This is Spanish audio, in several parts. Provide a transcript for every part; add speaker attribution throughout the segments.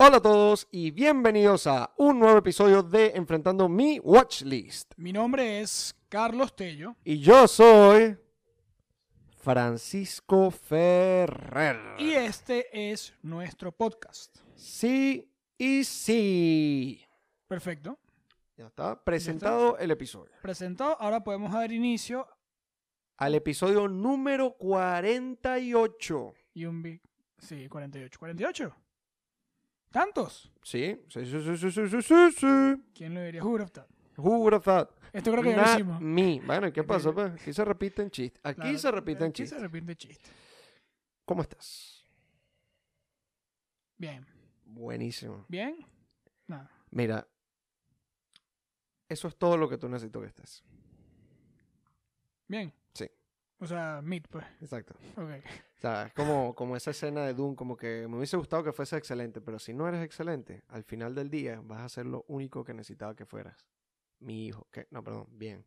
Speaker 1: Hola a todos y bienvenidos a un nuevo episodio de Enfrentando mi Watchlist.
Speaker 2: Mi nombre es Carlos Tello.
Speaker 1: Y yo soy Francisco Ferrer.
Speaker 2: Y este es nuestro podcast.
Speaker 1: Sí y sí.
Speaker 2: Perfecto.
Speaker 1: Ya está presentado el episodio.
Speaker 2: Presentado, ahora podemos dar inicio
Speaker 1: Al episodio número 48.
Speaker 2: y un big... Sí, 48. ¿48? ¿Tantos?
Speaker 1: Sí, sí, sí, sí, sí, sí, sí, sí, sí.
Speaker 2: ¿Quién lo diría? Who would have thought?
Speaker 1: Who would have thought?
Speaker 2: Esto creo que ya lo
Speaker 1: Not
Speaker 2: hicimos.
Speaker 1: me. Bueno, ¿qué pasa? pues? Aquí se repiten chistes. Aquí
Speaker 2: Claro,
Speaker 1: se repiten
Speaker 2: Aquí se
Speaker 1: chistes.
Speaker 2: repiten chistes.
Speaker 1: ¿Cómo estás?
Speaker 2: Bien.
Speaker 1: Buenísimo.
Speaker 2: ¿Bien? Nada.
Speaker 1: Mira, eso es todo lo que tú necesito que estés.
Speaker 2: ¿Bien?
Speaker 1: Sí.
Speaker 2: O sea, meet, pues.
Speaker 1: Exacto.
Speaker 2: Ok.
Speaker 1: O sea, es como, como esa escena de Doom, como que me hubiese gustado que fuese excelente, pero si no eres excelente, al final del día vas a ser lo único que necesitaba que fueras. Mi hijo, que, no, perdón, bien.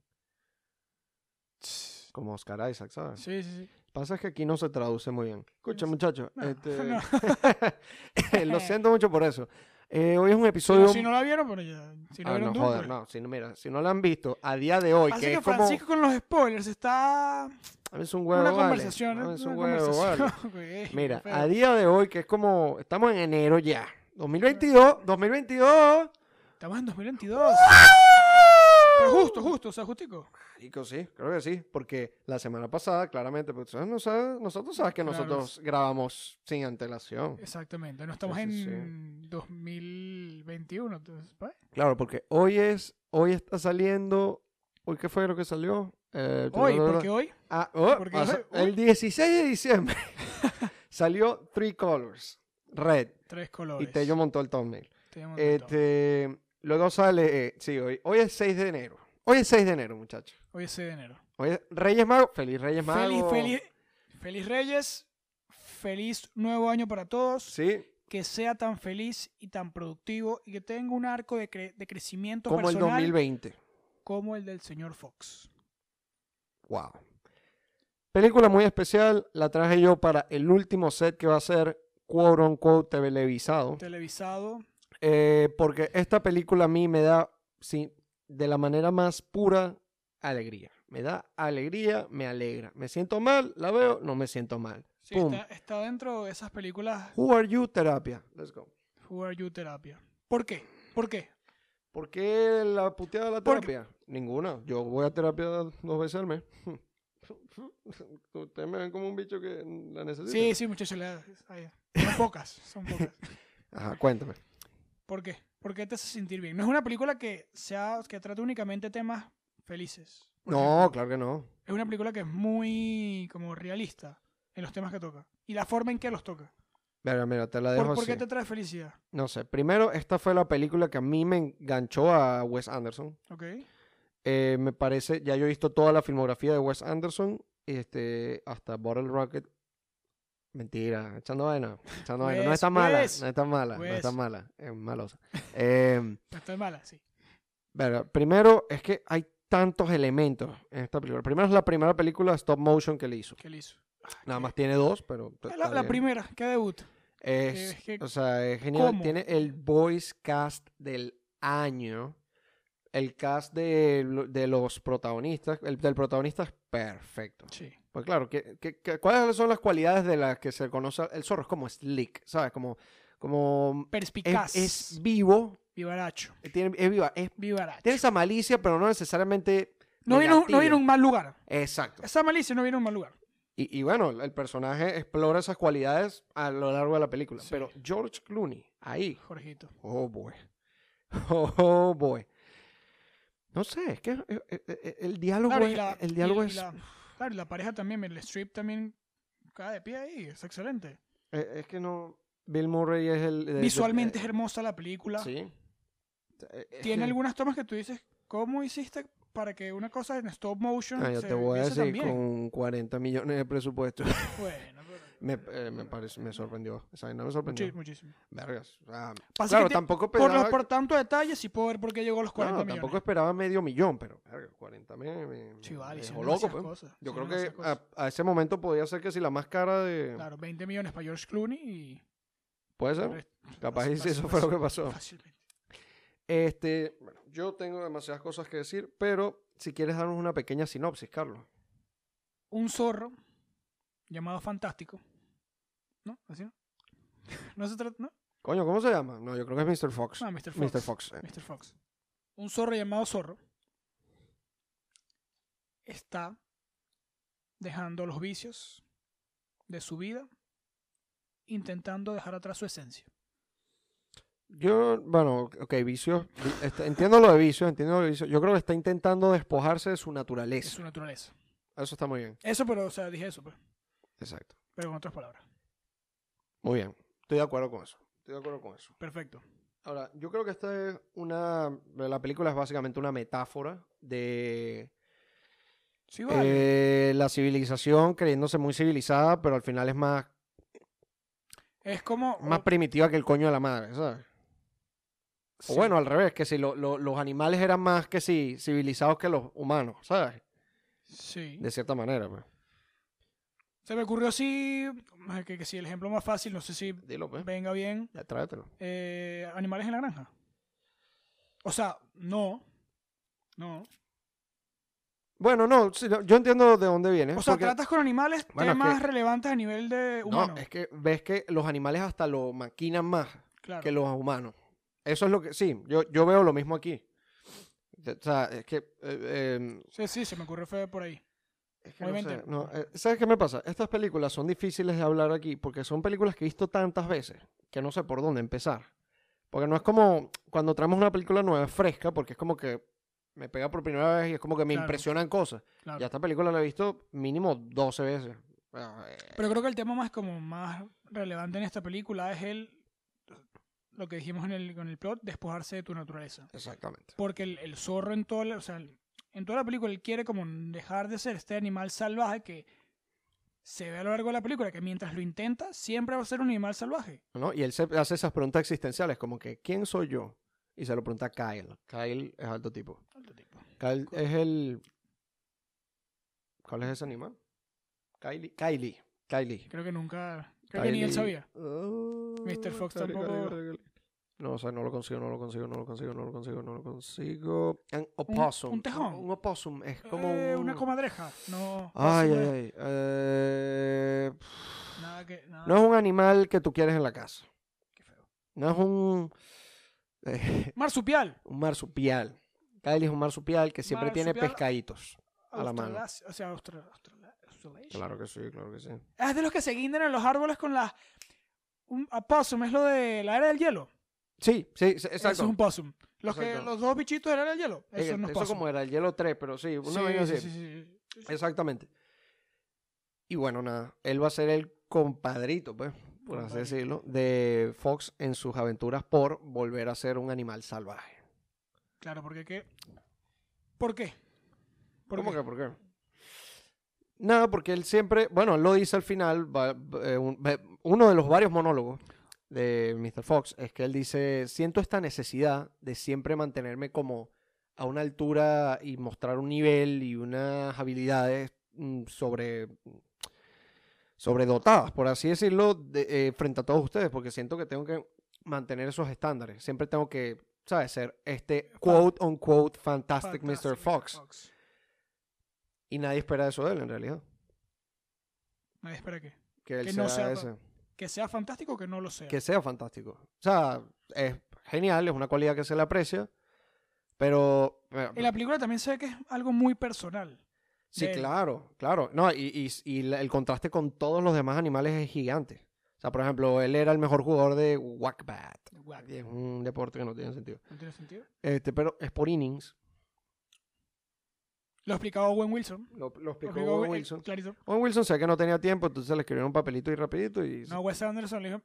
Speaker 2: Sí,
Speaker 1: Como Oscar Isaac, ¿sabes?
Speaker 2: sí, sí.
Speaker 1: Pasa que aquí no se traduce muy bien. Escucha, muchachos,
Speaker 2: No,
Speaker 1: este,
Speaker 2: no.
Speaker 1: lo siento mucho por eso. Eh, hoy es un
Speaker 2: Si no,
Speaker 1: episodio...
Speaker 2: si no la vieron, pero ya. Si no
Speaker 1: Ah, no,
Speaker 2: vieron Doom,
Speaker 1: joder,
Speaker 2: pues.
Speaker 1: no, si no, mira, si no lo han visto, a día de hoy,
Speaker 2: Así
Speaker 1: que
Speaker 2: que,
Speaker 1: es como...
Speaker 2: Francisco con los spoilers está.
Speaker 1: A mí es un huevo,
Speaker 2: una
Speaker 1: vale.
Speaker 2: conversación.
Speaker 1: A mí
Speaker 2: ¿eh?
Speaker 1: es
Speaker 2: Una
Speaker 1: un huevo, vale.
Speaker 2: conversación, güey,
Speaker 1: Mira,
Speaker 2: feo.
Speaker 1: a día de hoy, que es como, estamos en enero ya. 2022, 2022.
Speaker 2: Estamos en 2022. Pero justo, justo, o sea, justico.
Speaker 1: Marico, sí, creo que sí, porque la semana pasada, claramente, porque ustedes no saben- nosotros sabes que
Speaker 2: Claro.
Speaker 1: nosotros grabamos sin antelación.
Speaker 2: Exactamente, no estamos
Speaker 1: Sí, sí,
Speaker 2: en 2021. entonces, pues,
Speaker 1: Claro, porque hoy es, hoy está saliendo, hoy qué fue lo que salió. Eh,
Speaker 2: Hoy,
Speaker 1: blablabla.
Speaker 2: porque hoy,
Speaker 1: Ah, oh,
Speaker 2: porque
Speaker 1: pasó-
Speaker 2: hoy-
Speaker 1: el 16 de diciembre salió Three Colors, Red,
Speaker 2: tres
Speaker 1: y
Speaker 2: colores.
Speaker 1: Tello montó el thumbnail.
Speaker 2: Te llamo de todo.
Speaker 1: Este, luego sale, eh, sí, hoy, hoy es 6 de enero. Hoy es 6 de enero, muchachos.
Speaker 2: Hoy es 6 de enero.
Speaker 1: Hoy es Reyes Magos, feliz Reyes Magos.
Speaker 2: Feliz, feliz, feliz Reyes, feliz nuevo año para todos.
Speaker 1: Sí,
Speaker 2: Que sea tan feliz y tan productivo y que tenga un arco de, cre- de crecimiento
Speaker 1: como el
Speaker 2: personal
Speaker 1: 2020.
Speaker 2: como el del señor Fox.
Speaker 1: Wow. Película muy especial, la traje yo para el último set que va a ser quote unquote televisado.
Speaker 2: Televisado,
Speaker 1: Eh, porque esta película a mí me da, sí, de la manera más pura, alegría. Me da alegría, me alegra. Me siento mal, la veo, no me siento mal.
Speaker 2: Sí,
Speaker 1: Pum.
Speaker 2: está, está dentro de esas películas
Speaker 1: Who are you, terapia? Let's go.
Speaker 2: Who Are You Terapia. ¿Por qué? ¿Por qué?
Speaker 1: ¿Por qué la puteada de la
Speaker 2: Porque-
Speaker 1: terapia? Ninguna. Yo voy a terapia dos veces al mes. Ustedes me ven como un bicho que la necesita.
Speaker 2: Sí, sí, muchachos. la- ahí, Son pocas, son pocas.
Speaker 1: Ajá, cuéntame.
Speaker 2: ¿Por qué? ¿Por qué te hace sentir bien? No es una película que, sea, que trata únicamente temas felices. por
Speaker 1: No,
Speaker 2: ejemplo.
Speaker 1: claro que no.
Speaker 2: Es una película que es muy como realista en los temas que toca. Y la forma en que los toca.
Speaker 1: Mira, mira, te la
Speaker 2: ¿Por,
Speaker 1: dejo
Speaker 2: por
Speaker 1: así.
Speaker 2: qué te trae felicidad?
Speaker 1: No sé. Primero, esta fue la película que a mí me enganchó a Wes Anderson.
Speaker 2: ¿Ok?
Speaker 1: Eh, me parece, ya yo he visto toda la filmografía de Wes Anderson, este, hasta Bottle Rocket. Mentira, echando vaina, echando vaina. No
Speaker 2: Wes,
Speaker 1: está mala,
Speaker 2: Wes,
Speaker 1: no está mala, no está
Speaker 2: Wes.
Speaker 1: mala, es malosa. Eh,
Speaker 2: Está mala, sí.
Speaker 1: Verga, primero es que hay tantos elementos en esta película. Primero es la primera película stop motion que le hizo.
Speaker 2: ¿Qué le hizo? Ah,
Speaker 1: Nada
Speaker 2: qué-
Speaker 1: más tiene dos, pero...
Speaker 2: La-
Speaker 1: está
Speaker 2: La,
Speaker 1: bien.
Speaker 2: primera, ¿qué debut?
Speaker 1: Es,
Speaker 2: es que-
Speaker 1: o sea, es genial.
Speaker 2: ¿Cómo?
Speaker 1: Tiene el voice cast del año. El cast de, lo- de los protagonistas. El del protagonista es perfecto.
Speaker 2: Sí.
Speaker 1: Pues claro, ¿qué- qué- qué- cuáles son las cualidades de las que se conoce? El zorro es como slick, ¿sabes? Como... como
Speaker 2: Perspicaz.
Speaker 1: es, es vivo.
Speaker 2: Vivaracho.
Speaker 1: tiene- es viva. es-
Speaker 2: Vivaracho.
Speaker 1: tiene esa malicia, pero no necesariamente...
Speaker 2: No viene, un- no
Speaker 1: negativa.
Speaker 2: viene un mal lugar.
Speaker 1: Exacto.
Speaker 2: Esa malicia no viene a un mal lugar.
Speaker 1: Y, y bueno, el personaje explora esas cualidades a lo largo de la película.
Speaker 2: Sí.
Speaker 1: Pero George Clooney, ahí.
Speaker 2: Jorgito.
Speaker 1: Oh boy. Oh boy. No sé, es que eh, eh, eh, el diálogo
Speaker 2: Claro, y
Speaker 1: es.
Speaker 2: la,
Speaker 1: el diálogo
Speaker 2: y- y
Speaker 1: es,
Speaker 2: la- claro, y la pareja también, Meryl Streep también cae de pie ahí, es excelente.
Speaker 1: eh, es que no. Bill Murray es el. de- de-
Speaker 2: Visualmente
Speaker 1: eh,
Speaker 2: es hermosa la película.
Speaker 1: Sí. Eh, es
Speaker 2: Tiene
Speaker 1: que-
Speaker 2: algunas tomas que tú dices, ¿cómo hiciste para que una cosa en stop motion
Speaker 1: Ah, yo
Speaker 2: se
Speaker 1: te voy a
Speaker 2: viese
Speaker 1: decir
Speaker 2: tan bien?
Speaker 1: con 40 millones de presupuesto.
Speaker 2: Bueno, pero-
Speaker 1: me, eh, me, parece- me sorprendió. O sea, no me sorprendió.
Speaker 2: muchi- muchísimo.
Speaker 1: Vergas. o sea,
Speaker 2: Pasa
Speaker 1: claro,
Speaker 2: que ti-
Speaker 1: tampoco
Speaker 2: por,
Speaker 1: pensaba
Speaker 2: los, por tanto detalles sí puedo ver por qué llegó a los 40
Speaker 1: Claro,
Speaker 2: millones.
Speaker 1: tampoco esperaba medio millón, pero verga, 40 me, me-
Speaker 2: Sí,
Speaker 1: me
Speaker 2: vale, hicieron
Speaker 1: dejó loco,
Speaker 2: demasiadas
Speaker 1: pues.
Speaker 2: cosas,
Speaker 1: Yo
Speaker 2: hicieron
Speaker 1: creo que
Speaker 2: demasiadas
Speaker 1: a, a ese momento podía ser que si la más cara de...
Speaker 2: cosas. Claro, 20 millones para George Clooney y
Speaker 1: Puede ser.
Speaker 2: Re-
Speaker 1: Capaz
Speaker 2: fácil,
Speaker 1: y sí,
Speaker 2: fácil,
Speaker 1: eso fue lo
Speaker 2: fácil,
Speaker 1: que pasó.
Speaker 2: Fácilmente.
Speaker 1: Este, bueno, yo tengo demasiadas cosas que decir, pero si quieres darnos una pequeña sinopsis, Carlos.
Speaker 2: Un zorro llamado Fantástico. ¿No? ¿Así no? ¿No se trata? ¿No?
Speaker 1: Coño, ¿cómo se llama? No, yo creo que es Mr. Fox.
Speaker 2: Ah, Mr. Fox.
Speaker 1: Mr. Fox. eh.
Speaker 2: Mr. Fox. Un zorro llamado Zorro está dejando los vicios de su vida, intentando dejar atrás su esencia.
Speaker 1: Yo, bueno, ok, vicios. vi- este, entiendo lo de vicios, entiendo lo de vicios. Yo creo que está intentando despojarse de su
Speaker 2: Es
Speaker 1: naturaleza.
Speaker 2: su naturaleza.
Speaker 1: Eso está muy bien.
Speaker 2: Eso, pero, o sea, dije eso, pues,
Speaker 1: Exacto.
Speaker 2: pero con otras palabras.
Speaker 1: Muy bien. Estoy de acuerdo con eso. Estoy de acuerdo con eso.
Speaker 2: Perfecto.
Speaker 1: Ahora, yo creo que esta es una. La película es básicamente una metáfora de
Speaker 2: Sí, vale.
Speaker 1: eh, la civilización creyéndose muy civilizada, pero al final es más,
Speaker 2: es como. oh,
Speaker 1: más primitiva que el coño de la madre, ¿sabes?
Speaker 2: sí,
Speaker 1: O bueno, al revés, que si lo- lo- los animales eran más que si civilizados que los humanos, ¿sabes?
Speaker 2: Sí.
Speaker 1: De cierta manera, pues.
Speaker 2: Se me ocurrió así. Que, que sí, el ejemplo más fácil, no sé si
Speaker 1: Dilo, pues.
Speaker 2: venga bien.
Speaker 1: Ya, tráetelo.
Speaker 2: eh, animales en la granja. O sea, no. No.
Speaker 1: Bueno, no, sí, no, yo entiendo de dónde viene.
Speaker 2: O sea,
Speaker 1: porque-
Speaker 2: tratas con animales
Speaker 1: Bueno, es
Speaker 2: temas
Speaker 1: que-
Speaker 2: relevantes a nivel de
Speaker 1: No,
Speaker 2: humano.
Speaker 1: es que ves que los animales hasta lo maquinan más
Speaker 2: claro.
Speaker 1: que los humanos. Eso es lo que. Sí, yo, yo veo lo mismo aquí. O sea, es que. eh, eh,
Speaker 2: Sí, sí, se me ocurrió fue por ahí.
Speaker 1: es que no
Speaker 2: Obviamente.
Speaker 1: sé, no, eh, ¿Sabes qué me pasa? Estas películas son difíciles de hablar aquí porque son películas que he visto tantas veces que no sé por dónde empezar. Porque no es como cuando traemos una película nueva, fresca, porque es como que me pega por primera vez y es como que me
Speaker 2: Claro.
Speaker 1: impresionan cosas.
Speaker 2: Claro.
Speaker 1: Ya esta película la he visto mínimo 12 veces. Ah, eh,
Speaker 2: Pero creo que el tema más como más relevante en esta película es el lo que dijimos en el, con el plot, despojarse de tu naturaleza.
Speaker 1: Exactamente.
Speaker 2: Porque el, el zorro en toda la, o sea, el- en toda la película él quiere como dejar de ser este animal salvaje que se ve a lo largo de la película, que mientras lo intenta siempre va a ser un animal salvaje.
Speaker 1: ¿no? Y él se hace esas preguntas existenciales, como que, ¿quién soy yo? Y se lo pregunta a Kyle. Kyle es alto tipo.
Speaker 2: Alto tipo.
Speaker 1: Kyle
Speaker 2: Co-
Speaker 1: es el... ¿Cuál es ese animal? Kylie. Kylie. Kylie.
Speaker 2: Creo que nunca, creo que ni él
Speaker 1: Kylie-
Speaker 2: sabía.
Speaker 1: Oh,
Speaker 2: Mr. Fox
Speaker 1: Kylie,
Speaker 2: tampoco-
Speaker 1: Kylie, Kylie, Kylie. No, o sea, no lo consigo, no lo consigo, no lo consigo, no lo consigo, no lo consigo. An opossum.
Speaker 2: un tejón.
Speaker 1: Un opossum es como
Speaker 2: Eh,
Speaker 1: un-
Speaker 2: una comadreja. No.
Speaker 1: Ay,
Speaker 2: no,
Speaker 1: ay, ay. Eh,
Speaker 2: Nada que. Nada
Speaker 1: No es un animal que tú quieres en la casa.
Speaker 2: que feo.
Speaker 1: No es un... eh,
Speaker 2: Marsupial.
Speaker 1: un marsupial. Kylie es un marsupial que siempre tiene
Speaker 2: Marsupial.
Speaker 1: pescaditos. A la mano.
Speaker 2: Australasia- O sea, austra- australa- australasia.
Speaker 1: Claro que sí, claro que sí.
Speaker 2: Ah, Es de los que se guindan en los árboles con las. Un a possum, es lo de la era del hielo.
Speaker 1: Sí, sí, sí,
Speaker 2: Eso es
Speaker 1: exacto.
Speaker 2: un possum. Los, que,
Speaker 1: Exacto.
Speaker 2: los dos bichitos de la era del hielo.
Speaker 1: Eh,
Speaker 2: Eso no es possum.
Speaker 1: como era el hielo 3, pero sí, una
Speaker 2: Sí,
Speaker 1: vaina
Speaker 2: sí,
Speaker 1: así.
Speaker 2: sí, sí, sí.
Speaker 1: Exactamente. Y bueno, nada, él va a ser el compadrito, pues, por así
Speaker 2: Compadrito.
Speaker 1: decirlo, de Fox en sus aventuras por volver a ser un animal salvaje.
Speaker 2: Claro, porque qué. ¿Por qué? ¿Por
Speaker 1: ¿Cómo
Speaker 2: qué?
Speaker 1: que por qué? Nada, porque él siempre, bueno, él lo dice al final, va- eh, un- ve- uno de los varios monólogos de Mr. Fox es que él dice, siento esta necesidad de siempre mantenerme como a una altura y mostrar un nivel y unas habilidades mm, sobre sobredotadas, por así decirlo, de- eh, frente a todos ustedes, porque siento que tengo que mantener esos estándares. Siempre tengo que, ¿sabes? Ser este quote unquote fantastic, Mr. Fox. Y nadie espera eso de él, en realidad.
Speaker 2: Nadie espera que.
Speaker 1: Que él
Speaker 2: Que
Speaker 1: sea,
Speaker 2: no sea
Speaker 1: ese.
Speaker 2: Que sea fantástico o que no lo sea.
Speaker 1: Que sea fantástico. O sea, es genial, es una cualidad que se le aprecia. Pero. bueno,
Speaker 2: En la película también se ve que es algo muy personal.
Speaker 1: sí,
Speaker 2: de él.
Speaker 1: claro, claro. No, y, y- y la- el contraste con todos los demás animales es gigante. O sea, por ejemplo, él era el mejor jugador de Wackbat.
Speaker 2: Guau,
Speaker 1: Es un deporte que no tiene sentido.
Speaker 2: ¿No tiene sentido?
Speaker 1: Este, pero es por innings.
Speaker 2: Lo explicaba Owen Wilson.
Speaker 1: Lo, lo
Speaker 2: Lo
Speaker 1: explicó
Speaker 2: explicó
Speaker 1: Owen
Speaker 2: él
Speaker 1: Wilson.
Speaker 2: clarito.
Speaker 1: Owen Wilson sabía que no tenía tiempo, entonces le escribió un papelito y rapidito y
Speaker 2: No, Wes Anderson le dijo,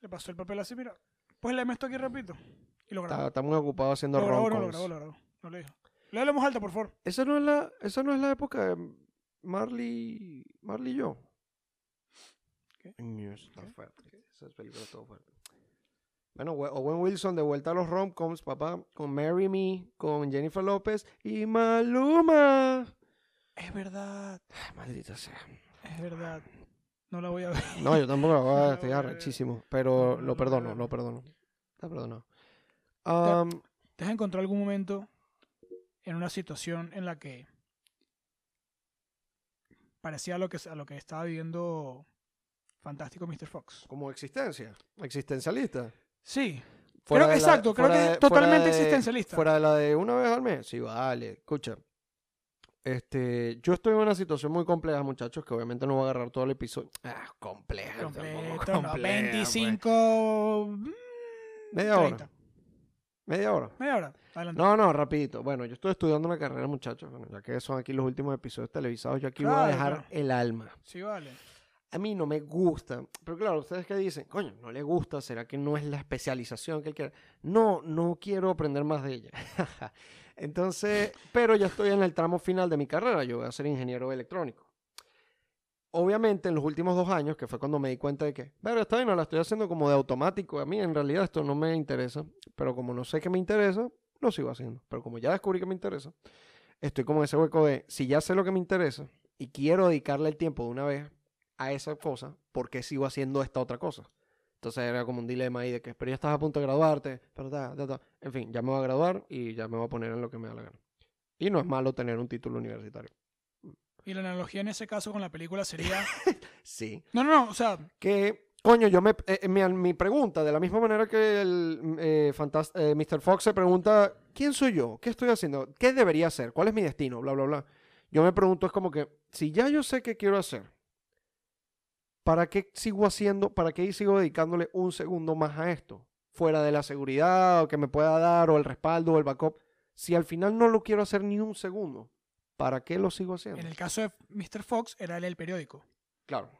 Speaker 2: le pasó el papel así, mira, pues leeme esto aquí repito. Y lo
Speaker 1: está,
Speaker 2: grabó.
Speaker 1: está muy ocupado haciendo
Speaker 2: lo grabó, no, lo
Speaker 1: roncons.
Speaker 2: grabó, lo grabó. No le dijo. Léelo en voz alta, por favor.
Speaker 1: Esa no es la, esa no es la época de Marley, Marley y yo.
Speaker 2: ¿Qué?
Speaker 1: Coño, eso está
Speaker 2: ¿Qué?
Speaker 1: fuerte. Esa película estuvo fuerte. Bueno, We- Owen Wilson de vuelta a los romcoms, papá, con Marry Me, con Jennifer López y Maluma.
Speaker 2: Es verdad,
Speaker 1: Ay, maldita sea.
Speaker 2: es verdad. No la voy a ver.
Speaker 1: No, yo tampoco la voy
Speaker 2: No,
Speaker 1: a
Speaker 2: no,
Speaker 1: estoy
Speaker 2: no, no.
Speaker 1: arrechísimo, pero
Speaker 2: No,
Speaker 1: lo
Speaker 2: no,
Speaker 1: perdono,
Speaker 2: no.
Speaker 1: lo perdono. Está perdonado. Am,
Speaker 2: ¿Te has encontrado algún momento en una situación en la que parecía a lo que, a lo que estaba viviendo Fantástico Mr. Fox?
Speaker 1: como existencia, existencialista.
Speaker 2: Sí,
Speaker 1: Fuera
Speaker 2: creo que
Speaker 1: de la-
Speaker 2: exacto, creo
Speaker 1: fuera
Speaker 2: que
Speaker 1: de-
Speaker 2: es totalmente
Speaker 1: fuera de-
Speaker 2: existencialista.
Speaker 1: Fuera de la de una vez al mes. Sí, vale, escucha. Este, yo estoy en una situación muy compleja, muchachos, que obviamente no voy a agarrar todo el episodio. Ah, compleja. tampoco
Speaker 2: Este, Completo, no,
Speaker 1: compleja, pues.
Speaker 2: 25. mm,
Speaker 1: Media hora.
Speaker 2: 30.
Speaker 1: Media hora.
Speaker 2: Media hora. Adelante.
Speaker 1: No, no, rapidito. Bueno, yo estoy estudiando una carrera, muchachos. Bueno, ya que son aquí los últimos episodios televisados, yo aquí voy a
Speaker 2: Claro,
Speaker 1: dejar
Speaker 2: claro.
Speaker 1: el alma.
Speaker 2: Sí, vale.
Speaker 1: A mí no me gusta. Pero claro, ustedes que dicen, coño, no le gusta, ¿será que no es la especialización que él quiere? No, no quiero aprender más de ella. Entonces, pero ya estoy en el tramo final de mi carrera. Yo voy a ser ingeniero electrónico. Obviamente, en los últimos dos años, que fue cuando me di cuenta de que, pero esta vaina la estoy haciendo como de automático. A mí, en realidad, esto no me interesa. Pero como no sé que me interesa, lo sigo haciendo. Pero como ya descubrí que me interesa, estoy como en ese hueco de, si ya sé lo que me interesa y quiero dedicarle el tiempo de una vez a esa cosa, ¿por qué sigo haciendo esta otra cosa? Entonces era como un dilema ahí de que, pero ya estás a punto de graduarte, pero ta, ta, ta. En fin, ya me voy a graduar y ya me voy a poner en lo que me da la gana. Y no es malo tener un título universitario.
Speaker 2: Y la analogía en ese caso con la película sería.
Speaker 1: Sí.
Speaker 2: No, no, no, o sea,
Speaker 1: Que, coño, yo me. eh, eh, mi, mi pregunta, de la misma manera que el mm, eh, fantas- eh, Mr. Fox se pregunta: ¿quién soy yo? ¿Qué estoy haciendo? ¿Qué debería hacer? ¿Cuál es mi destino? Bla, bla, bla. Yo me pregunto: es como que, si ya yo sé qué quiero hacer, ¿para qué sigo haciendo? ¿Para qué sigo dedicándole un segundo más a esto? Fuera de la seguridad o que me pueda dar, o el respaldo, o el backup. Si al final no lo quiero hacer ni un segundo, ¿para qué lo sigo haciendo?
Speaker 2: en el caso de Mr. Fox era él el periódico.
Speaker 1: Claro.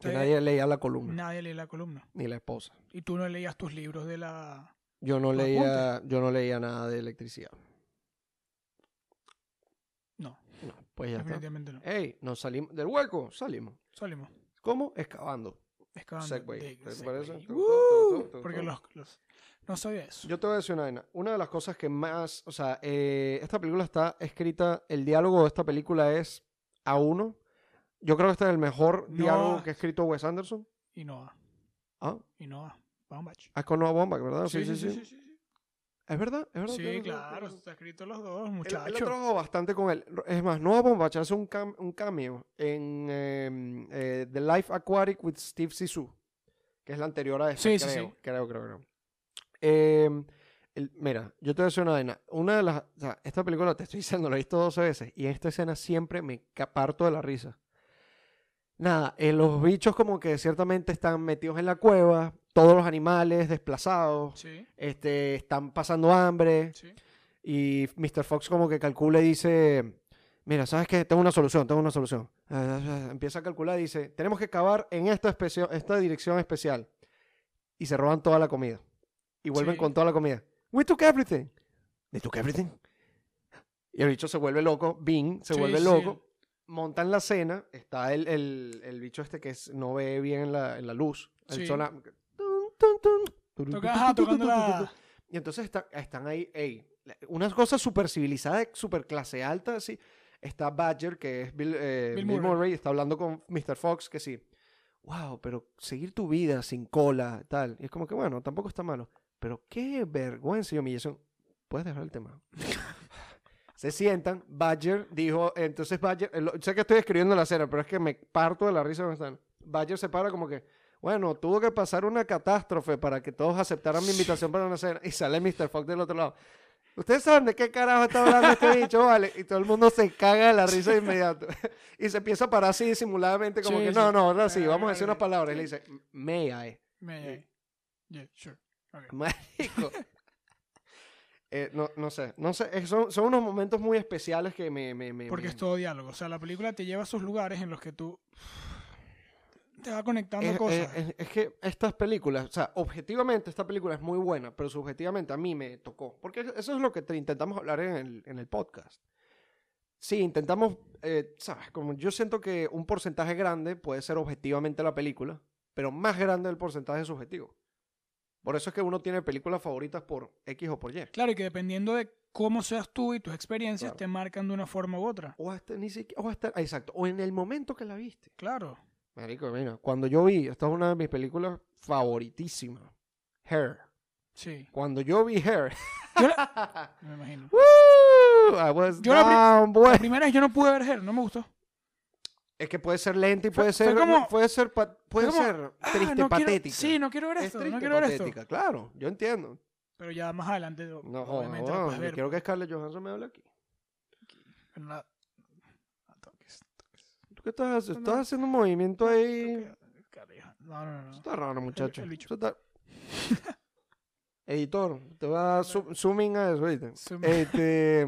Speaker 1: Que
Speaker 2: Sí.
Speaker 1: nadie leía la columna,
Speaker 2: Nadie leía la columna.
Speaker 1: ni la esposa.
Speaker 2: Y tú no leías tus libros de la.
Speaker 1: Yo no
Speaker 2: Los
Speaker 1: leía, yo no leía nada de electricidad.
Speaker 2: No,
Speaker 1: No, pues ya está.
Speaker 2: definitivamente no.
Speaker 1: Ey, nos salimos del hueco, salimos.
Speaker 2: Salimos.
Speaker 1: ¿Cómo? Excavando.
Speaker 2: Excavando.
Speaker 1: Segway,
Speaker 2: dig,
Speaker 1: ¿te
Speaker 2: segway.
Speaker 1: parece? Tu, tu,
Speaker 2: ¡Woo!
Speaker 1: tu, tu, tu,
Speaker 2: Porque
Speaker 1: tu.
Speaker 2: los, los- No sabía eso.
Speaker 1: Yo te voy a decir una vaina. Una de las cosas que más, o sea, eh, esta película está escrita, el diálogo de esta película es a uno. Yo creo que este es el mejor
Speaker 2: No.
Speaker 1: diálogo que ha escrito Wes Anderson.
Speaker 2: Y no va.
Speaker 1: Ah,
Speaker 2: Y no va. Baumbach.
Speaker 1: es con Noah Bomba, ¿verdad? Sí sí sí,
Speaker 2: sí, sí.
Speaker 1: Es verdad, es verdad.
Speaker 2: Sí,
Speaker 1: tienes razón,
Speaker 2: claro,
Speaker 1: tienes razón.
Speaker 2: está escrito los dos,
Speaker 1: Él, él ha
Speaker 2: muchachos.
Speaker 1: trabajado bastante con él. Es más, Noah Bombach hace un, cam- un cameo en eh, eh, The Life Aquatic with Steve Zissou, que es la anterior a esta,
Speaker 2: Sí, sí,
Speaker 1: creo,
Speaker 2: sí.
Speaker 1: creo, creo, creo. Eh, el- mira, yo te voy a decir una vaina. Una de las... o sea, esta película, te estoy diciendo, la he visto 12 veces y en esta escena siempre me ca- parto de la risa. Nada, eh, los bichos como que ciertamente están metidos en la cueva, todos los animales desplazados,
Speaker 2: Sí,
Speaker 1: este, están pasando hambre.
Speaker 2: sí.
Speaker 1: Y Mr. Fox como que calcula y dice, mira, ¿sabes qué? Tengo una solución, tengo una solución. Ah, Empieza a calcular y dice, tenemos que cavar en esta, especio- esta dirección especial. Y se roban toda la comida. Y vuelven
Speaker 2: Sí.
Speaker 1: con toda la comida. We took everything. They took everything. Y el bicho se vuelve loco, Bing se
Speaker 2: Sí,
Speaker 1: vuelve
Speaker 2: sí.
Speaker 1: loco. Montan la cena, está el, el- el bicho este que es- no ve bien la, en la luz. El
Speaker 2: Sí.
Speaker 1: sona- Tun, tun, tun.
Speaker 2: Toca- ajá, tocando la.
Speaker 1: Y entonces está- están ahí, ey, la- unas cosas súper civilizadas, súper clase alta, así. Está Badger, que es Bill, eh,
Speaker 2: Bill
Speaker 1: Bill
Speaker 2: Murray.
Speaker 1: Murray, está hablando con Mr. Fox, que sí. Wow, pero seguir tu vida sin cola, tal. Y es como que, bueno, tampoco está malo. Pero qué vergüenza y humillación. Puedes dejar el tema. Se sientan, Badger dijo, entonces Badger, eh, lo- sé que estoy escribiendo la cena, pero es que me parto de la risa donde están. Badger se para como que, bueno, tuvo que pasar una catástrofe para que todos aceptaran mi invitación para una cena. Y sale Mr. Fox del otro lado. Ustedes saben de qué carajo está hablando este bicho, ¿vale? Y todo el mundo se caga de la risa de inmediato. y se empieza a parar así disimuladamente, como
Speaker 2: Sí,
Speaker 1: que
Speaker 2: sí.
Speaker 1: no, no, ahora sí, vamos a decir
Speaker 2: Ay,
Speaker 1: unas palabras. Y le dice, eh". may I.
Speaker 2: Me- Yeah, sure. Ok.
Speaker 1: Marico. Eh, no, no sé, no sé, es- son, son unos momentos muy especiales que me... me, me-
Speaker 2: Porque
Speaker 1: me-
Speaker 2: es todo diálogo. O sea, la película te lleva a esos lugares en los que tú te vas conectando
Speaker 1: es,
Speaker 2: cosas.
Speaker 1: es- es- es que estas películas, o sea, objetivamente esta película es muy buena, pero subjetivamente a mí me tocó. Porque eso es lo que te intentamos hablar en el, en el podcast. Sí, intentamos, eh, ¿sabes? Como yo siento que un porcentaje grande puede ser objetivamente la película, pero más grande el porcentaje subjetivo. Por eso es que uno tiene películas favoritas por X o por Y.
Speaker 2: Claro, y que dependiendo de cómo seas tú y tus experiencias
Speaker 1: Claro.
Speaker 2: te marcan de una forma u otra.
Speaker 1: O hasta ni siquiera, o hasta, ah, exacto, o en el momento que la viste.
Speaker 2: Claro.
Speaker 1: Marico, mira, cuando yo vi, esta es una de mis películas favoritísimas, Hair.
Speaker 2: Sí,
Speaker 1: Cuando yo vi Hair,
Speaker 2: me imagino.
Speaker 1: ¡woo! I was
Speaker 2: Yo la pri-
Speaker 1: down, boy.
Speaker 2: La primera vez yo no pude ver Her, no me gustó.
Speaker 1: Es que puede ser lenta y
Speaker 2: Fue-
Speaker 1: puede
Speaker 2: fue
Speaker 1: ser,
Speaker 2: como-
Speaker 1: puede ser, pa- puede
Speaker 2: como,
Speaker 1: ser
Speaker 2: Ah,
Speaker 1: triste,
Speaker 2: no quiero-
Speaker 1: patética.
Speaker 2: sí, no quiero ver
Speaker 1: es
Speaker 2: esto,
Speaker 1: triste,
Speaker 2: no quiero ver esto.
Speaker 1: patética, claro, yo entiendo.
Speaker 2: Pero ya más adelante, o-
Speaker 1: No,
Speaker 2: obviamente,
Speaker 1: joda,
Speaker 2: la
Speaker 1: yo
Speaker 2: puedes ver.
Speaker 1: quiero que Scarlett Johansson me hable aquí.
Speaker 2: pero no la- no toques,
Speaker 1: ¿Tú qué estás haciendo?
Speaker 2: No, no.
Speaker 1: Estás haciendo un movimiento ahí.
Speaker 2: toques, carajo. No, no, no,
Speaker 1: Eso
Speaker 2: no.
Speaker 1: está raro, muchacho.
Speaker 2: el bicho.
Speaker 1: Eso está- Editor, te va a zoom- zooming a eso, ¿viste?
Speaker 2: Zoom.
Speaker 1: Este,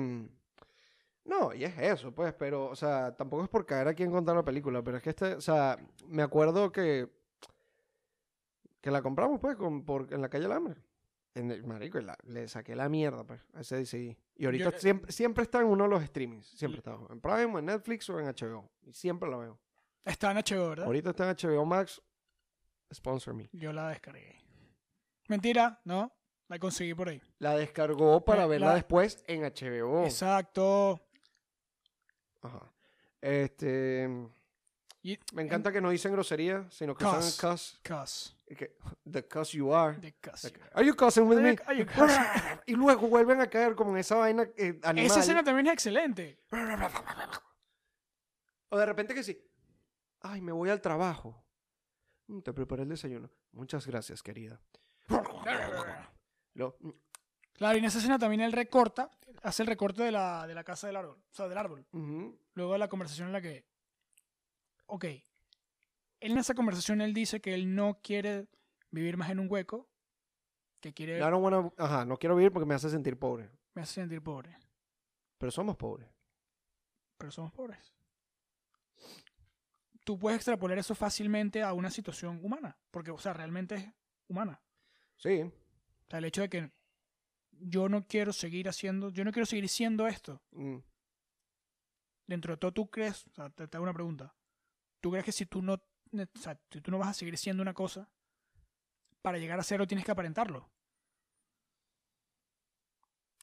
Speaker 1: No, y es eso, pues, pero, o sea, tampoco es por caer aquí en contar la película, pero es que este, o sea, me acuerdo que que la compramos, pues, con, por, en la calle Alambre. En el, marico, y la- le saqué la mierda, pues, a ese DCI. Y ahorita
Speaker 2: Yo-
Speaker 1: siempre, siempre está en uno de los streamings, siempre está, o en Prime, o en Netflix, o en HBO, y siempre la veo.
Speaker 2: Está en HBO, ¿verdad?
Speaker 1: Ahorita está en HBO Max, sponsor me.
Speaker 2: Yo la descargué. Mentira, no. La conseguí por ahí.
Speaker 1: La descargó para
Speaker 2: La-
Speaker 1: verla
Speaker 2: Eh, la-
Speaker 1: después en HBO.
Speaker 2: Exacto.
Speaker 1: Ajá. Este.
Speaker 2: Y-
Speaker 1: Me encanta que no dicen grosería, sino que
Speaker 2: Cuss.
Speaker 1: usan cuss.
Speaker 2: Cuss.
Speaker 1: que- the cuss you are.
Speaker 2: De cuss.
Speaker 1: Like, Are you cussing with
Speaker 2: Are you-
Speaker 1: me?
Speaker 2: are you cussing?
Speaker 1: Y luego vuelven a caer como en esa vaina eh, animal.
Speaker 2: Esa escena también es excelente.
Speaker 1: O de repente que sí. Ay, me voy al trabajo. "Mm, Te preparé el desayuno. Muchas gracias, querida. Lo- mm,
Speaker 2: Claro, y en esa escena también él recorta, hace el recorte de la, de la casa del árbol. O sea, del árbol.
Speaker 1: Ujú.
Speaker 2: Luego de la conversación en la que. Ok. En esa conversación él dice que él no quiere vivir más en un hueco. Que quiere.
Speaker 1: I don't wanna- Ajá, no quiero vivir porque me hace sentir pobre.
Speaker 2: Me hace sentir pobre.
Speaker 1: Pero somos pobres.
Speaker 2: pero somos pobres. Tú puedes extrapolar eso fácilmente a una situación humana, porque, o sea, realmente es humana.
Speaker 1: Sí.
Speaker 2: O sea, el hecho de que yo no quiero seguir haciendo, yo no quiero seguir siendo esto.
Speaker 1: Mm.
Speaker 2: Dentro de todo, tú crees, o sea, te, te hago una pregunta. ¿Tú crees que si tú no, eh, o sea, si tú no vas a seguir siendo una cosa, para llegar a serlo tienes que aparentarlo?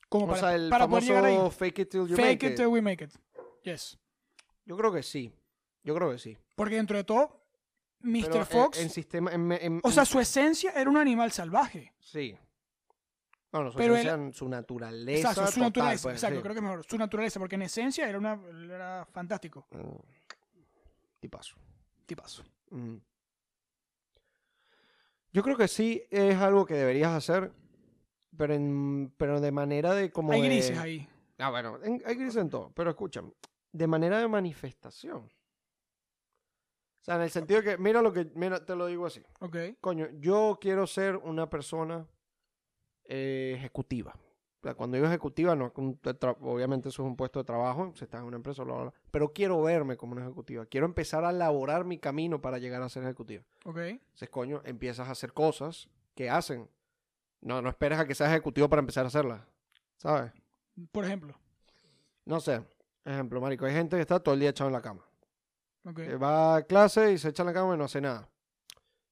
Speaker 2: Como
Speaker 1: O
Speaker 2: para,
Speaker 1: sea, el
Speaker 2: para poder llegar ahí.
Speaker 1: famoso fake it till you
Speaker 2: Fake
Speaker 1: make
Speaker 2: it
Speaker 1: it.
Speaker 2: till we make it. Yes.
Speaker 1: Yo creo que sí. Yo creo que sí.
Speaker 2: Porque dentro de todo, Mr.
Speaker 1: Pero eh, en-
Speaker 2: Fox,
Speaker 1: En, sistema. en- en-
Speaker 2: o sea,
Speaker 1: en-
Speaker 2: su esencia era un animal salvaje.
Speaker 1: Sí. Bueno, su,
Speaker 2: Pero
Speaker 1: esencia, su naturaleza.
Speaker 2: Exacto, su
Speaker 1: total,
Speaker 2: naturaleza.
Speaker 1: pues,
Speaker 2: exacto,
Speaker 1: sí.
Speaker 2: creo que es mejor. Su naturaleza, porque en esencia era, una, era fantástico.
Speaker 1: Mm. Tipazo.
Speaker 2: Tipazo.
Speaker 1: Mm. Yo creo que sí es algo que deberías hacer, pero en, pero de manera de como.
Speaker 2: Hay
Speaker 1: de-
Speaker 2: grises ahí.
Speaker 1: Ah, bueno, en- hay grises en todo, pero escúchame, de manera de manifestación. O sea, en el sentido que, mira lo que, mira, te lo digo así.
Speaker 2: Ok.
Speaker 1: coño, yo quiero ser una persona eh, ejecutiva. O sea, cuando digo ejecutiva, no, es un tra- obviamente eso es un puesto de trabajo, si estás en una empresa, bla, bla, bla. pero quiero verme como una ejecutiva. Quiero empezar a elaborar mi camino para llegar a ser ejecutiva.
Speaker 2: Ok.
Speaker 1: Entonces, coño, empiezas a hacer cosas que hacen. No, no esperes a que seas ejecutivo para empezar a hacerlas, ¿sabes?
Speaker 2: Por ejemplo.
Speaker 1: No sé. Ejemplo, marico, hay gente que está todo el día echado en la cama.
Speaker 2: Ok.
Speaker 1: Eh, Va a clase y se echa en la cama y no hace nada.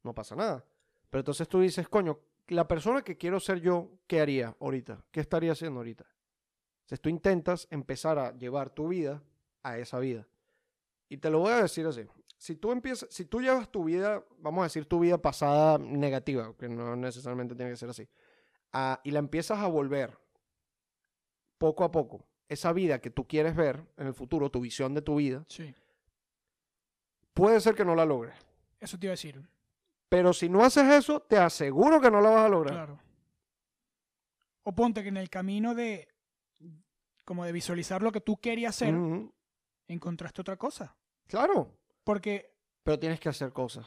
Speaker 1: No pasa nada. Pero entonces tú dices, coño, la persona que quiero ser yo, ¿qué haría ahorita? ¿Qué estaría haciendo ahorita? Entonces tú intentas empezar a llevar tu vida a esa vida. Y te lo voy a decir así. Si tú empiezas, si tú llevas tu vida, vamos a decir tu vida pasada negativa, que no necesariamente tiene que ser así, a- y la empiezas a volver poco a poco, esa vida que tú quieres ver en el futuro, tu visión de tu vida,
Speaker 2: Sí.
Speaker 1: puede ser que no la logres.
Speaker 2: Eso te iba a decir.
Speaker 1: Pero si no haces eso, te aseguro que no la vas a lograr.
Speaker 2: Claro. O ponte que en el camino de. Como de visualizar lo que tú querías hacer,
Speaker 1: Ujú.
Speaker 2: encontraste otra cosa.
Speaker 1: Claro.
Speaker 2: Porque
Speaker 1: Pero tienes que hacer cosas.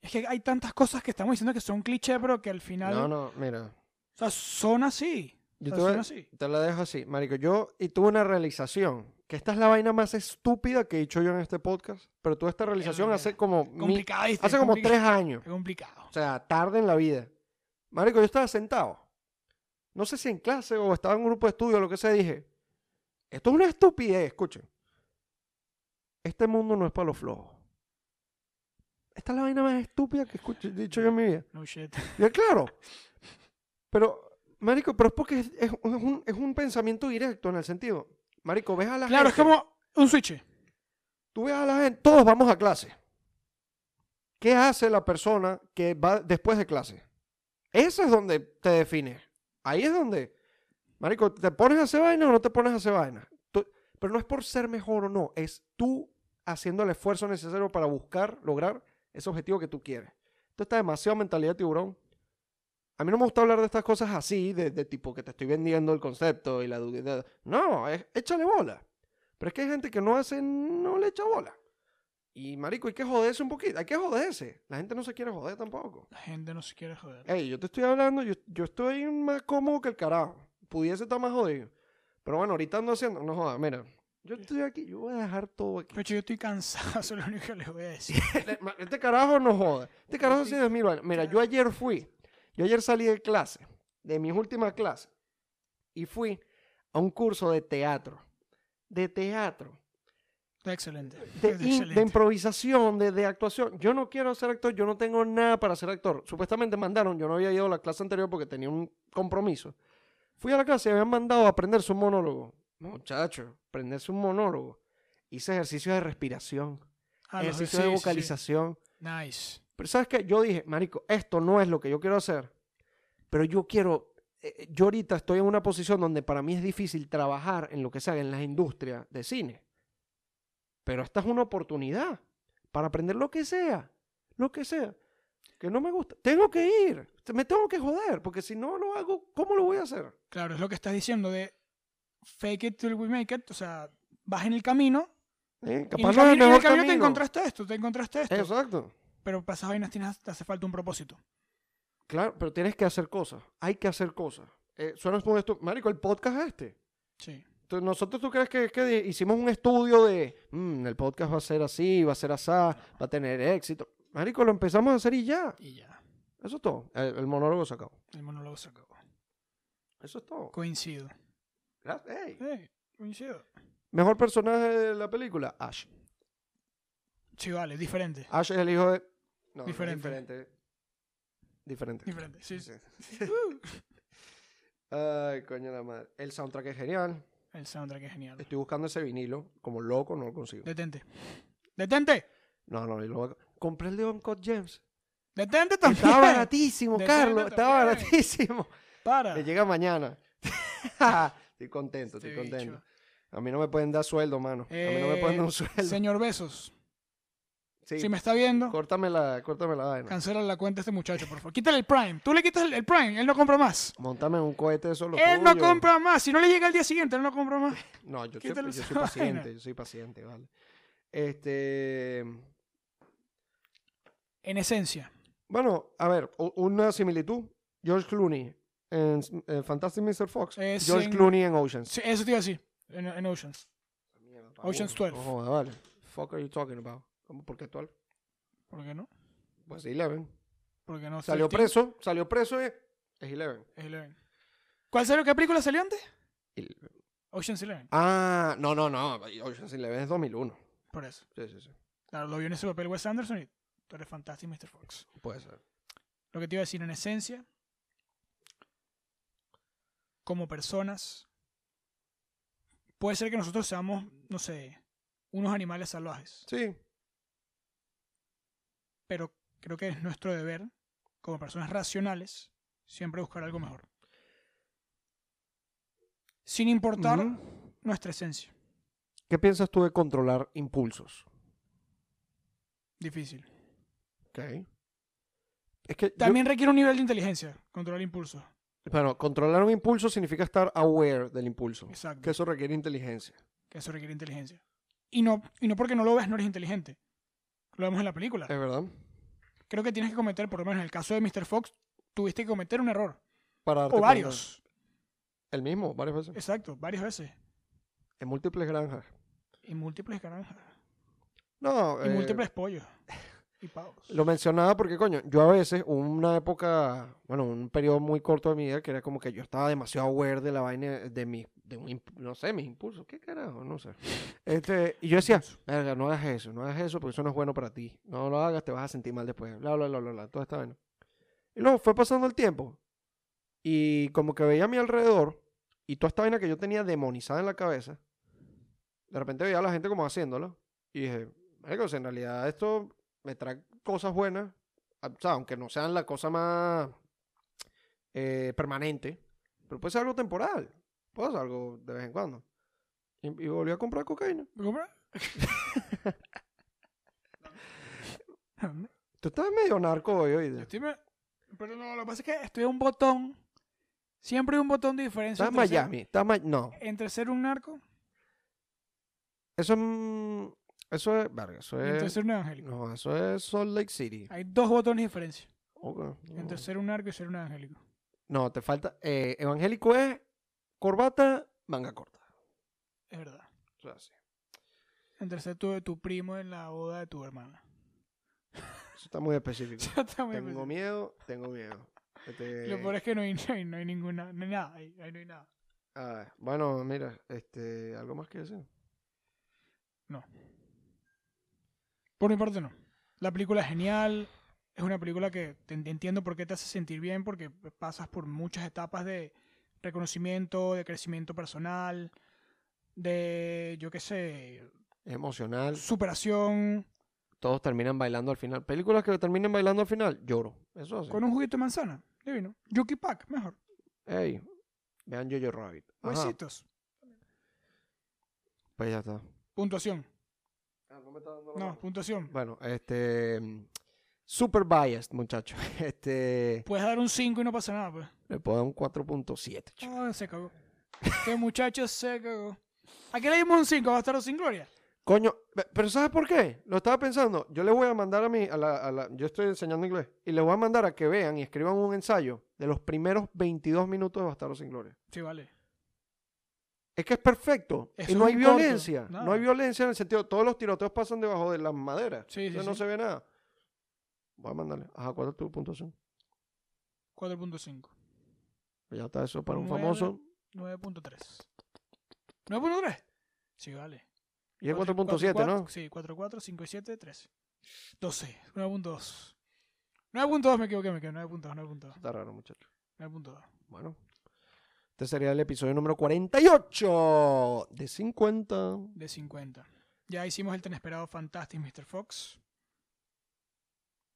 Speaker 2: es que hay tantas cosas que estamos diciendo que son clichés, pero que al final.
Speaker 1: No, no, mira.
Speaker 2: O sea, son así. O
Speaker 1: Yo
Speaker 2: sea,
Speaker 1: te, voy-
Speaker 2: son así.
Speaker 1: te la dejo así, marico. Yo y tuve una realización. Que esta es la vaina más estúpida que he hecho yo en este podcast. Pero tuve esta realización
Speaker 2: verdad.
Speaker 1: hace como... mi-
Speaker 2: Complicado, ¿viste?
Speaker 1: hace como
Speaker 2: Complica-
Speaker 1: tres años.
Speaker 2: Es complicado.
Speaker 1: O sea, tarde en la vida. Marico, yo estaba sentado. No sé si en clase o estaba en un grupo de estudio o lo que sea. Dije, esto es una estupidez, escuchen. Este mundo no es para los flojos. Esta es la vaina más estúpida que escuché- he dicho yo en mi vida.
Speaker 2: No shit.
Speaker 1: Ya, claro. Pero, marico, pero es porque es, es un, es un pensamiento directo en el sentido. Marico, ves a la
Speaker 2: Claro, es
Speaker 1: gente.
Speaker 2: como un switch.
Speaker 1: Tú ves a la gente, todos vamos a clase. ¿Qué hace la persona que va después de clase? Eso es donde te defines. Ahí es donde, Marico, ¿te pones a hacer vaina o no te pones a hacer vaina? Tú- pero no es por ser mejor o no, es tú haciendo el esfuerzo necesario para buscar, lograr ese objetivo que tú quieres. Esto está demasiado mentalidad de tiburón. A mí no me gusta hablar de estas cosas así, de, de tipo que te estoy vendiendo el concepto y la... du- de- No, es- échale bola. Pero es que hay gente que no hace, no le echa bola. Y marico, hay que joderse un poquito, hay que joderse. La gente no se quiere joder tampoco.
Speaker 2: La gente no se quiere joder.
Speaker 1: Ey, yo te estoy hablando, yo, yo estoy más cómodo que el carajo. Pudiese estar más jodido. Pero bueno, ahorita ando haciendo, no jodas, mira. Yo estoy aquí, yo voy a dejar todo aquí.
Speaker 2: Pero yo estoy cansado, eso es lo único que les voy a decir.
Speaker 1: Este carajo no joda. Este carajo sí es mil vainas. Mira, yo ayer fui. Yo ayer salí de clase, de mis últimas clases, y fui a un curso de teatro. De teatro.
Speaker 2: Está excelente.
Speaker 1: De,
Speaker 2: está
Speaker 1: in- de
Speaker 2: excelente.
Speaker 1: improvisación, de, de actuación. Yo no quiero ser actor, yo no tengo nada para ser actor. Supuestamente mandaron, yo no había ido a la clase anterior porque tenía un compromiso. Fui a la clase y habían mandado a aprenderse un monólogo. Muchacho, aprenderse un monólogo. Hice ejercicios de respiración,
Speaker 2: Ah, los-
Speaker 1: ejercicios
Speaker 2: sí,
Speaker 1: de
Speaker 2: sí, sí.
Speaker 1: vocalización.
Speaker 2: Nice.
Speaker 1: Pero sabes qué, yo dije, marico, esto no es lo que yo quiero hacer, pero yo quiero, eh, yo ahorita estoy en una posición donde para mí es difícil trabajar en lo que sea en las industrias de cine. Pero esta es una oportunidad para aprender lo que sea, lo que sea, que no me gusta. Tengo que ir, me tengo que joder, porque si no lo hago, ¿cómo lo voy a hacer?
Speaker 2: Claro, es lo que estás diciendo de fake it till we make it. O sea, vas en el camino.
Speaker 1: Eh,
Speaker 2: y en
Speaker 1: Capaz
Speaker 2: el,
Speaker 1: no es el
Speaker 2: camino, y en el
Speaker 1: mejor
Speaker 2: camino te
Speaker 1: camino.
Speaker 2: encontraste esto, te encontraste esto.
Speaker 1: Exacto.
Speaker 2: Pero para esas vainas tienes, te hace falta un propósito.
Speaker 1: Claro, pero tienes que hacer cosas. Hay que hacer cosas. Eh, suena como esto, marico, el podcast este.
Speaker 2: Sí.
Speaker 1: Tú- Nosotros, ¿tú crees que, que di- hicimos un estudio de "Mm, el podcast va a ser así, va a ser asá, va a tener éxito? Marico, lo empezamos a hacer y ya.
Speaker 2: Y ya.
Speaker 1: Eso es todo. El, el monólogo se acabó.
Speaker 2: El monólogo se acabó.
Speaker 1: Eso es todo.
Speaker 2: Coincido.
Speaker 1: Gra- ey.
Speaker 2: Eh, coincido.
Speaker 1: Mejor personaje de la película, Ash.
Speaker 2: Sí, vale, diferente.
Speaker 1: Ash es el hijo de. No, no,
Speaker 2: Diferente.
Speaker 1: diferente. Diferente.
Speaker 2: Diferente, sí. sí.
Speaker 1: Ay, coño de la madre. El soundtrack es genial.
Speaker 2: El soundtrack es genial.
Speaker 1: Estoy buscando ese vinilo. Como loco, no lo consigo.
Speaker 2: Detente. Detente.
Speaker 1: No, no, y lo voy a- Compré el de Uncut James.
Speaker 2: Detente
Speaker 1: Que Estaba
Speaker 2: también.
Speaker 1: baratísimo,
Speaker 2: Detente
Speaker 1: Carlos. Estaba
Speaker 2: también.
Speaker 1: baratísimo.
Speaker 2: Para.
Speaker 1: Le llega mañana. estoy contento,
Speaker 2: Este
Speaker 1: estoy contento.
Speaker 2: bicho.
Speaker 1: A mí no me pueden dar sueldo, mano. a mí no me pueden dar un
Speaker 2: Eh,
Speaker 1: sueldo.
Speaker 2: Señor Besos,
Speaker 1: Sí,
Speaker 2: si me está viendo,
Speaker 1: córtame la, córtame la vaina.
Speaker 2: cancela la cuenta a este muchacho, por favor. Quítale el Prime. Tú le quitas el, el Prime, él no compra más.
Speaker 1: Montame un cohete de solo.
Speaker 2: él no compra más. Si no le llega el día siguiente, él no compra más.
Speaker 1: No, yo soy,
Speaker 2: Quítale
Speaker 1: yo
Speaker 2: esa
Speaker 1: soy paciente,
Speaker 2: vaina.
Speaker 1: yo soy paciente, vale. Este.
Speaker 2: En esencia,
Speaker 1: Bueno, a ver, u- una similitud. George Clooney en, en Fantastic Mr. Fox.
Speaker 2: Es
Speaker 1: George
Speaker 2: en-
Speaker 1: Clooney en Oceans.
Speaker 2: sí, eso te iba a decir. En, en Oceans.
Speaker 1: Mierda,
Speaker 2: Ocean's
Speaker 1: aburro.
Speaker 2: 12.
Speaker 1: No joda, vale. Fuck are you talking about? ¿Cómo? ¿Por qué actual?
Speaker 2: ¿Por qué no?
Speaker 1: Pues Eleven.
Speaker 2: Porque no
Speaker 1: Salió
Speaker 2: 13,
Speaker 1: preso, salió preso y es Eleven.
Speaker 2: 11. ¿Cuál salió? ¿Qué película salió antes?
Speaker 1: El-
Speaker 2: Ocean's Eleven.
Speaker 1: Ah, no, no, no. Ocean's Eleven es 2001.
Speaker 2: Por eso.
Speaker 1: Sí, sí, sí.
Speaker 2: Claro, lo vio en ese papel Wes Anderson y tú eres fantástico, Mr. Fox.
Speaker 1: Puede ser.
Speaker 2: Lo que te iba a decir en esencia, como personas, puede ser que nosotros seamos, no sé, unos animales salvajes,
Speaker 1: Sí.
Speaker 2: pero creo que es nuestro deber, como personas racionales, siempre buscar algo mejor. Sin importar
Speaker 1: Ujú.
Speaker 2: nuestra esencia.
Speaker 1: ¿Qué piensas tú de controlar impulsos?
Speaker 2: Difícil.
Speaker 1: Ok. Es que. yo-
Speaker 2: También requiere un nivel de inteligencia, e controlar impulsos.
Speaker 1: bueno, controlar un impulso significa estar aware del impulso.
Speaker 2: Exacto.
Speaker 1: Que eso requiere inteligencia.
Speaker 2: que eso requiere inteligencia. Y no, y no porque no lo veas, no eres inteligente. Lo vemos en la película.
Speaker 1: Es verdad.
Speaker 2: Creo que tienes que cometer, por lo menos en el caso de Mr. Fox, tuviste que cometer un error.
Speaker 1: Para darte
Speaker 2: O
Speaker 1: cuenta.
Speaker 2: varios.
Speaker 1: El mismo, varias veces.
Speaker 2: Exacto, varias veces.
Speaker 1: En múltiples granjas.
Speaker 2: Y múltiples naranjas.
Speaker 1: No,
Speaker 2: Y
Speaker 1: eh,
Speaker 2: múltiples pollos. Y pavos.
Speaker 1: Lo mencionaba porque, coño, yo a veces, hubo una época, bueno, un periodo muy corto de mi vida que era como que yo estaba demasiado aware de la vaina de mi, de un imp- no sé, mis impulsos, ¿qué carajo? No sé. Este, y yo decía, "Verga, no hagas eso, no hagas eso porque eso no es bueno para ti. No lo hagas, te vas a sentir mal después, bla, bla, bla, bla, bla, toda esta vaina. Y luego fue pasando el tiempo y como que veía a mi alrededor y toda esta vaina que yo tenía demonizada en la cabeza, de repente veía a la gente como haciéndolo y dije, marico, si en realidad esto me trae cosas buenas, a- o sea, aunque no sean la cosa más eh, permanente, pero puede ser algo temporal, puede ser algo de vez en cuando. Y, y volví a comprar cocaína.
Speaker 2: ¿Me compras?
Speaker 1: Tú estás medio narco hoy,
Speaker 2: Yo
Speaker 1: oíste.
Speaker 2: estoy me- Pero no, lo que pasa es que estoy a un botón. Siempre hay un botón de diferencia.
Speaker 1: Estás en
Speaker 2: entre ser-
Speaker 1: Miami, estás en Ma- No,
Speaker 2: entre ser un narco
Speaker 1: eso es... mm, Eso es... verga, eso
Speaker 2: y entre
Speaker 1: es...
Speaker 2: ser un evangélico.
Speaker 1: No, eso es Salt Lake City.
Speaker 2: Hay dos botones de diferencia.
Speaker 1: Ok, no.
Speaker 2: Entre ser un narco y ser un evangélico.
Speaker 1: No, te falta... eh, evangélico es corbata, manga corta.
Speaker 2: Es verdad.
Speaker 1: O sea, sí.
Speaker 2: Entre ser tu, tu primo en la boda de tu hermana.
Speaker 1: Eso está muy específico.
Speaker 2: Yo también
Speaker 1: tengo
Speaker 2: pensé.
Speaker 1: miedo, tengo miedo. Este,
Speaker 2: Lo peor es que no hay, no hay- no hay ninguna. No hay nada. Ahí, ahí no hay nada.
Speaker 1: ah, bueno, mira, este, ¿algo más que decir?
Speaker 2: Por mi parte, no. La película es genial. Es una película que te te entiendo por qué te hace sentir bien, porque pasas por muchas etapas de reconocimiento, de crecimiento personal, de, yo qué sé,
Speaker 1: Es emocional.
Speaker 2: superación.
Speaker 1: Todos terminan bailando al final. Películas que terminen bailando al final, lloro. Eso así.
Speaker 2: Con un juguito de manzana, divino. Yuki Pack, mejor.
Speaker 1: Ey, vean Jojo Rabbit. Ajá,
Speaker 2: Huesitos.
Speaker 1: pues ya está.
Speaker 2: Puntuación.
Speaker 1: Ah,
Speaker 2: No, puntuación.
Speaker 1: Bueno, este... mm, Super biased, muchachos. Este...
Speaker 2: Puedes dar un 5 y no pasa nada, pues.
Speaker 1: Le puedo dar un 4.7. chico.
Speaker 2: Ah, se cagó. Este muchacho se cagó. ¿A qué le dimos un 5? ¿Bastardo sin gloria?
Speaker 1: Coño, pe- pero ¿sabes por qué? Lo estaba pensando. Yo le voy a mandar a mí, a la, a la- yo estoy enseñando inglés, y le voy a mandar a que vean y escriban un ensayo de los primeros 22 minutos de Bastardos sin Gloria.
Speaker 2: Sí, vale.
Speaker 1: Es que es perfecto.
Speaker 2: Eso
Speaker 1: y no
Speaker 2: es
Speaker 1: hay
Speaker 2: un corto,
Speaker 1: violencia.
Speaker 2: nada.
Speaker 1: No hay violencia en el sentido, todos los tiroteos pasan debajo de las maderas.
Speaker 2: Sí, sí,
Speaker 1: Entonces no
Speaker 2: sí.
Speaker 1: se ve nada. Voy a mandarle. Ajá, ¿cuál es tu puntuación?
Speaker 2: 4.5.
Speaker 1: Pues ya está eso para un
Speaker 2: Nueve.
Speaker 1: famoso.
Speaker 2: 9.3. ¿9.3? Sí, vale.
Speaker 1: Y es
Speaker 2: Cuatro-
Speaker 1: 4.7,
Speaker 2: cuatro-
Speaker 1: ¿no?
Speaker 2: Sí, 4.4, 5 y 7, 3. 12, 9.2. 9.2 me equivoqué, me equivoqué. 9.2, 9.2,
Speaker 1: Está raro, muchachos.
Speaker 2: 9.2.
Speaker 1: Bueno. Este sería el episodio número 48 de 50.
Speaker 2: De 50. Ya hicimos el tan esperado Fantastic Mr. Fox.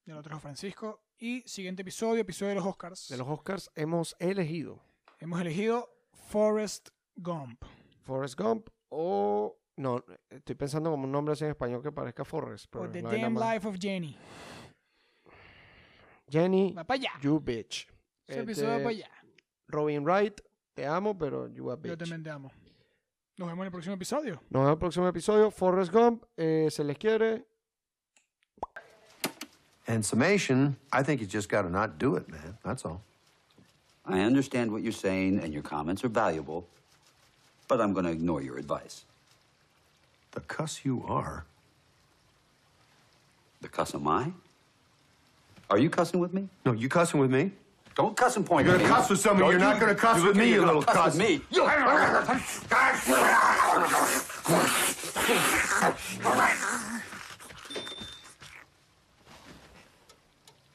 Speaker 2: Ya lo trajo Francisco. Y siguiente episodio, episodio de los Oscars.
Speaker 1: De los Oscars hemos elegido
Speaker 2: Hemos elegido Forrest Gump.
Speaker 1: Forrest Gump o. No, estoy pensando como un nombre así en español que parezca Forrest. Pero
Speaker 2: O The
Speaker 1: es la vaina
Speaker 2: Damn
Speaker 1: más-
Speaker 2: Life of Jenny.
Speaker 1: Jenny,
Speaker 2: Va para allá.
Speaker 1: you bitch. Este,
Speaker 2: Ese episodio va para allá.
Speaker 1: Robin Wright, te amo, pero you a bitch.
Speaker 2: Yo también te amo. Nos vemos en el próximo episodio.
Speaker 1: Nos vemos en el próximo episodio. Forrest Gump, eh, se les quiere.
Speaker 3: And summation, I think you just got to not do it, man. That's all.
Speaker 4: I understand what you're saying, and your comments are valuable, but I'm going to ignore your advice.
Speaker 3: The cuss you are.
Speaker 4: The cuss am I? Are you cussing with me?
Speaker 3: No, you cussing with me?
Speaker 4: Don't cuss and point
Speaker 3: You're
Speaker 4: at me.
Speaker 3: gonna cuss with somebody.
Speaker 4: No,
Speaker 3: You're
Speaker 4: you-
Speaker 3: not gonna cuss with me, you
Speaker 4: you're gonna
Speaker 3: little cuss.
Speaker 4: With me. You-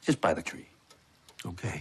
Speaker 4: Just by the tree.
Speaker 3: Okay.